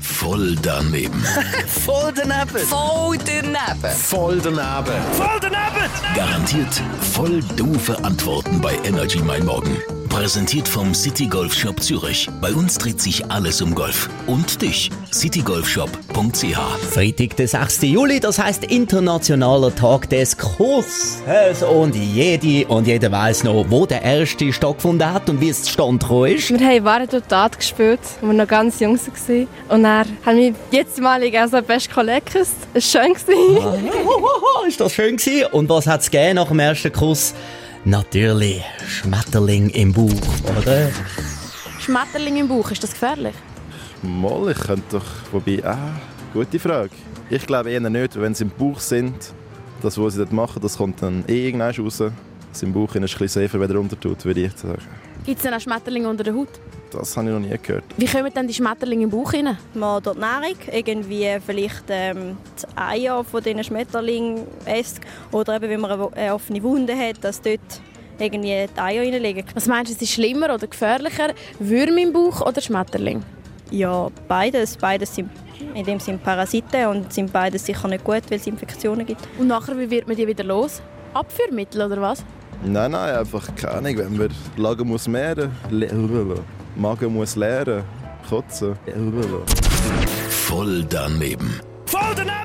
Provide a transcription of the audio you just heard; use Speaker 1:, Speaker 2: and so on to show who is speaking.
Speaker 1: Voll daneben.
Speaker 2: Voll daneben.
Speaker 3: Voll daneben.
Speaker 2: Voll daneben.
Speaker 1: Garantiert voll doofe Antworten bei Energy Mein Morgen. Präsentiert vom City Golf Shop Zürich. Bei uns dreht sich alles um Golf. Und dich, citygolfshop.ch.
Speaker 4: Freitag, der 6. Juli, das heißt Internationaler Tag des Kurses. Und jede und jeder weiß noch, wo der erste stattgefunden hat und wie es zustande gekommen ist.
Speaker 5: Wir haben Warentotat gespielt, als wir noch ganz jung waren. Und er hat mich jetzt mal als den besten Kollegen geküsst. Das war schön.
Speaker 4: Hohoho, ist das schön gewesen? Und was hat's gegeben nach dem ersten Kuss? Natürlich Schmetterling im Bauch, oder?
Speaker 6: Schmetterling im Bauch, ist das gefährlich?
Speaker 7: Mal, ich könnte doch. Wobei, ah, gute Frage. Ich glaube eher nicht, weil wenn sie im Bauch sind, das, was sie dort machen, das kommt dann eh irgendwann raus. Das im Bauch ist ein bisschen safer, wenn er runter tut, würde ich sagen.
Speaker 6: Gibt es denn auch Schmetterlinge unter der Haut?
Speaker 7: Das habe ich noch nie gehört.
Speaker 6: Wie kommen denn die Schmetterlinge im Bauch rein?
Speaker 8: man dort Nahrung, irgendwie vielleicht ähm, die Eier von diesen Schmetterlingen isst oder eben wenn man eine wo- eine offene Wunde hat, dass dort irgendwie die Eier reinlegen.
Speaker 6: Was meinst du, es ist schlimmer oder gefährlicher? Würm im Bauch oder Schmetterling?
Speaker 8: Ja, beides, beides sind in dem sind Parasiten und sind beides sicher nicht gut, weil es Infektionen gibt.
Speaker 6: Und nachher, wie wird man die wieder los? Abführmittel oder was?
Speaker 7: Nein, nein, einfach keine Ahnung. Wenn man Lager muss mehren, le- Magen muss leeren, kotzen.
Speaker 1: Voll daneben.
Speaker 2: Voll daneben.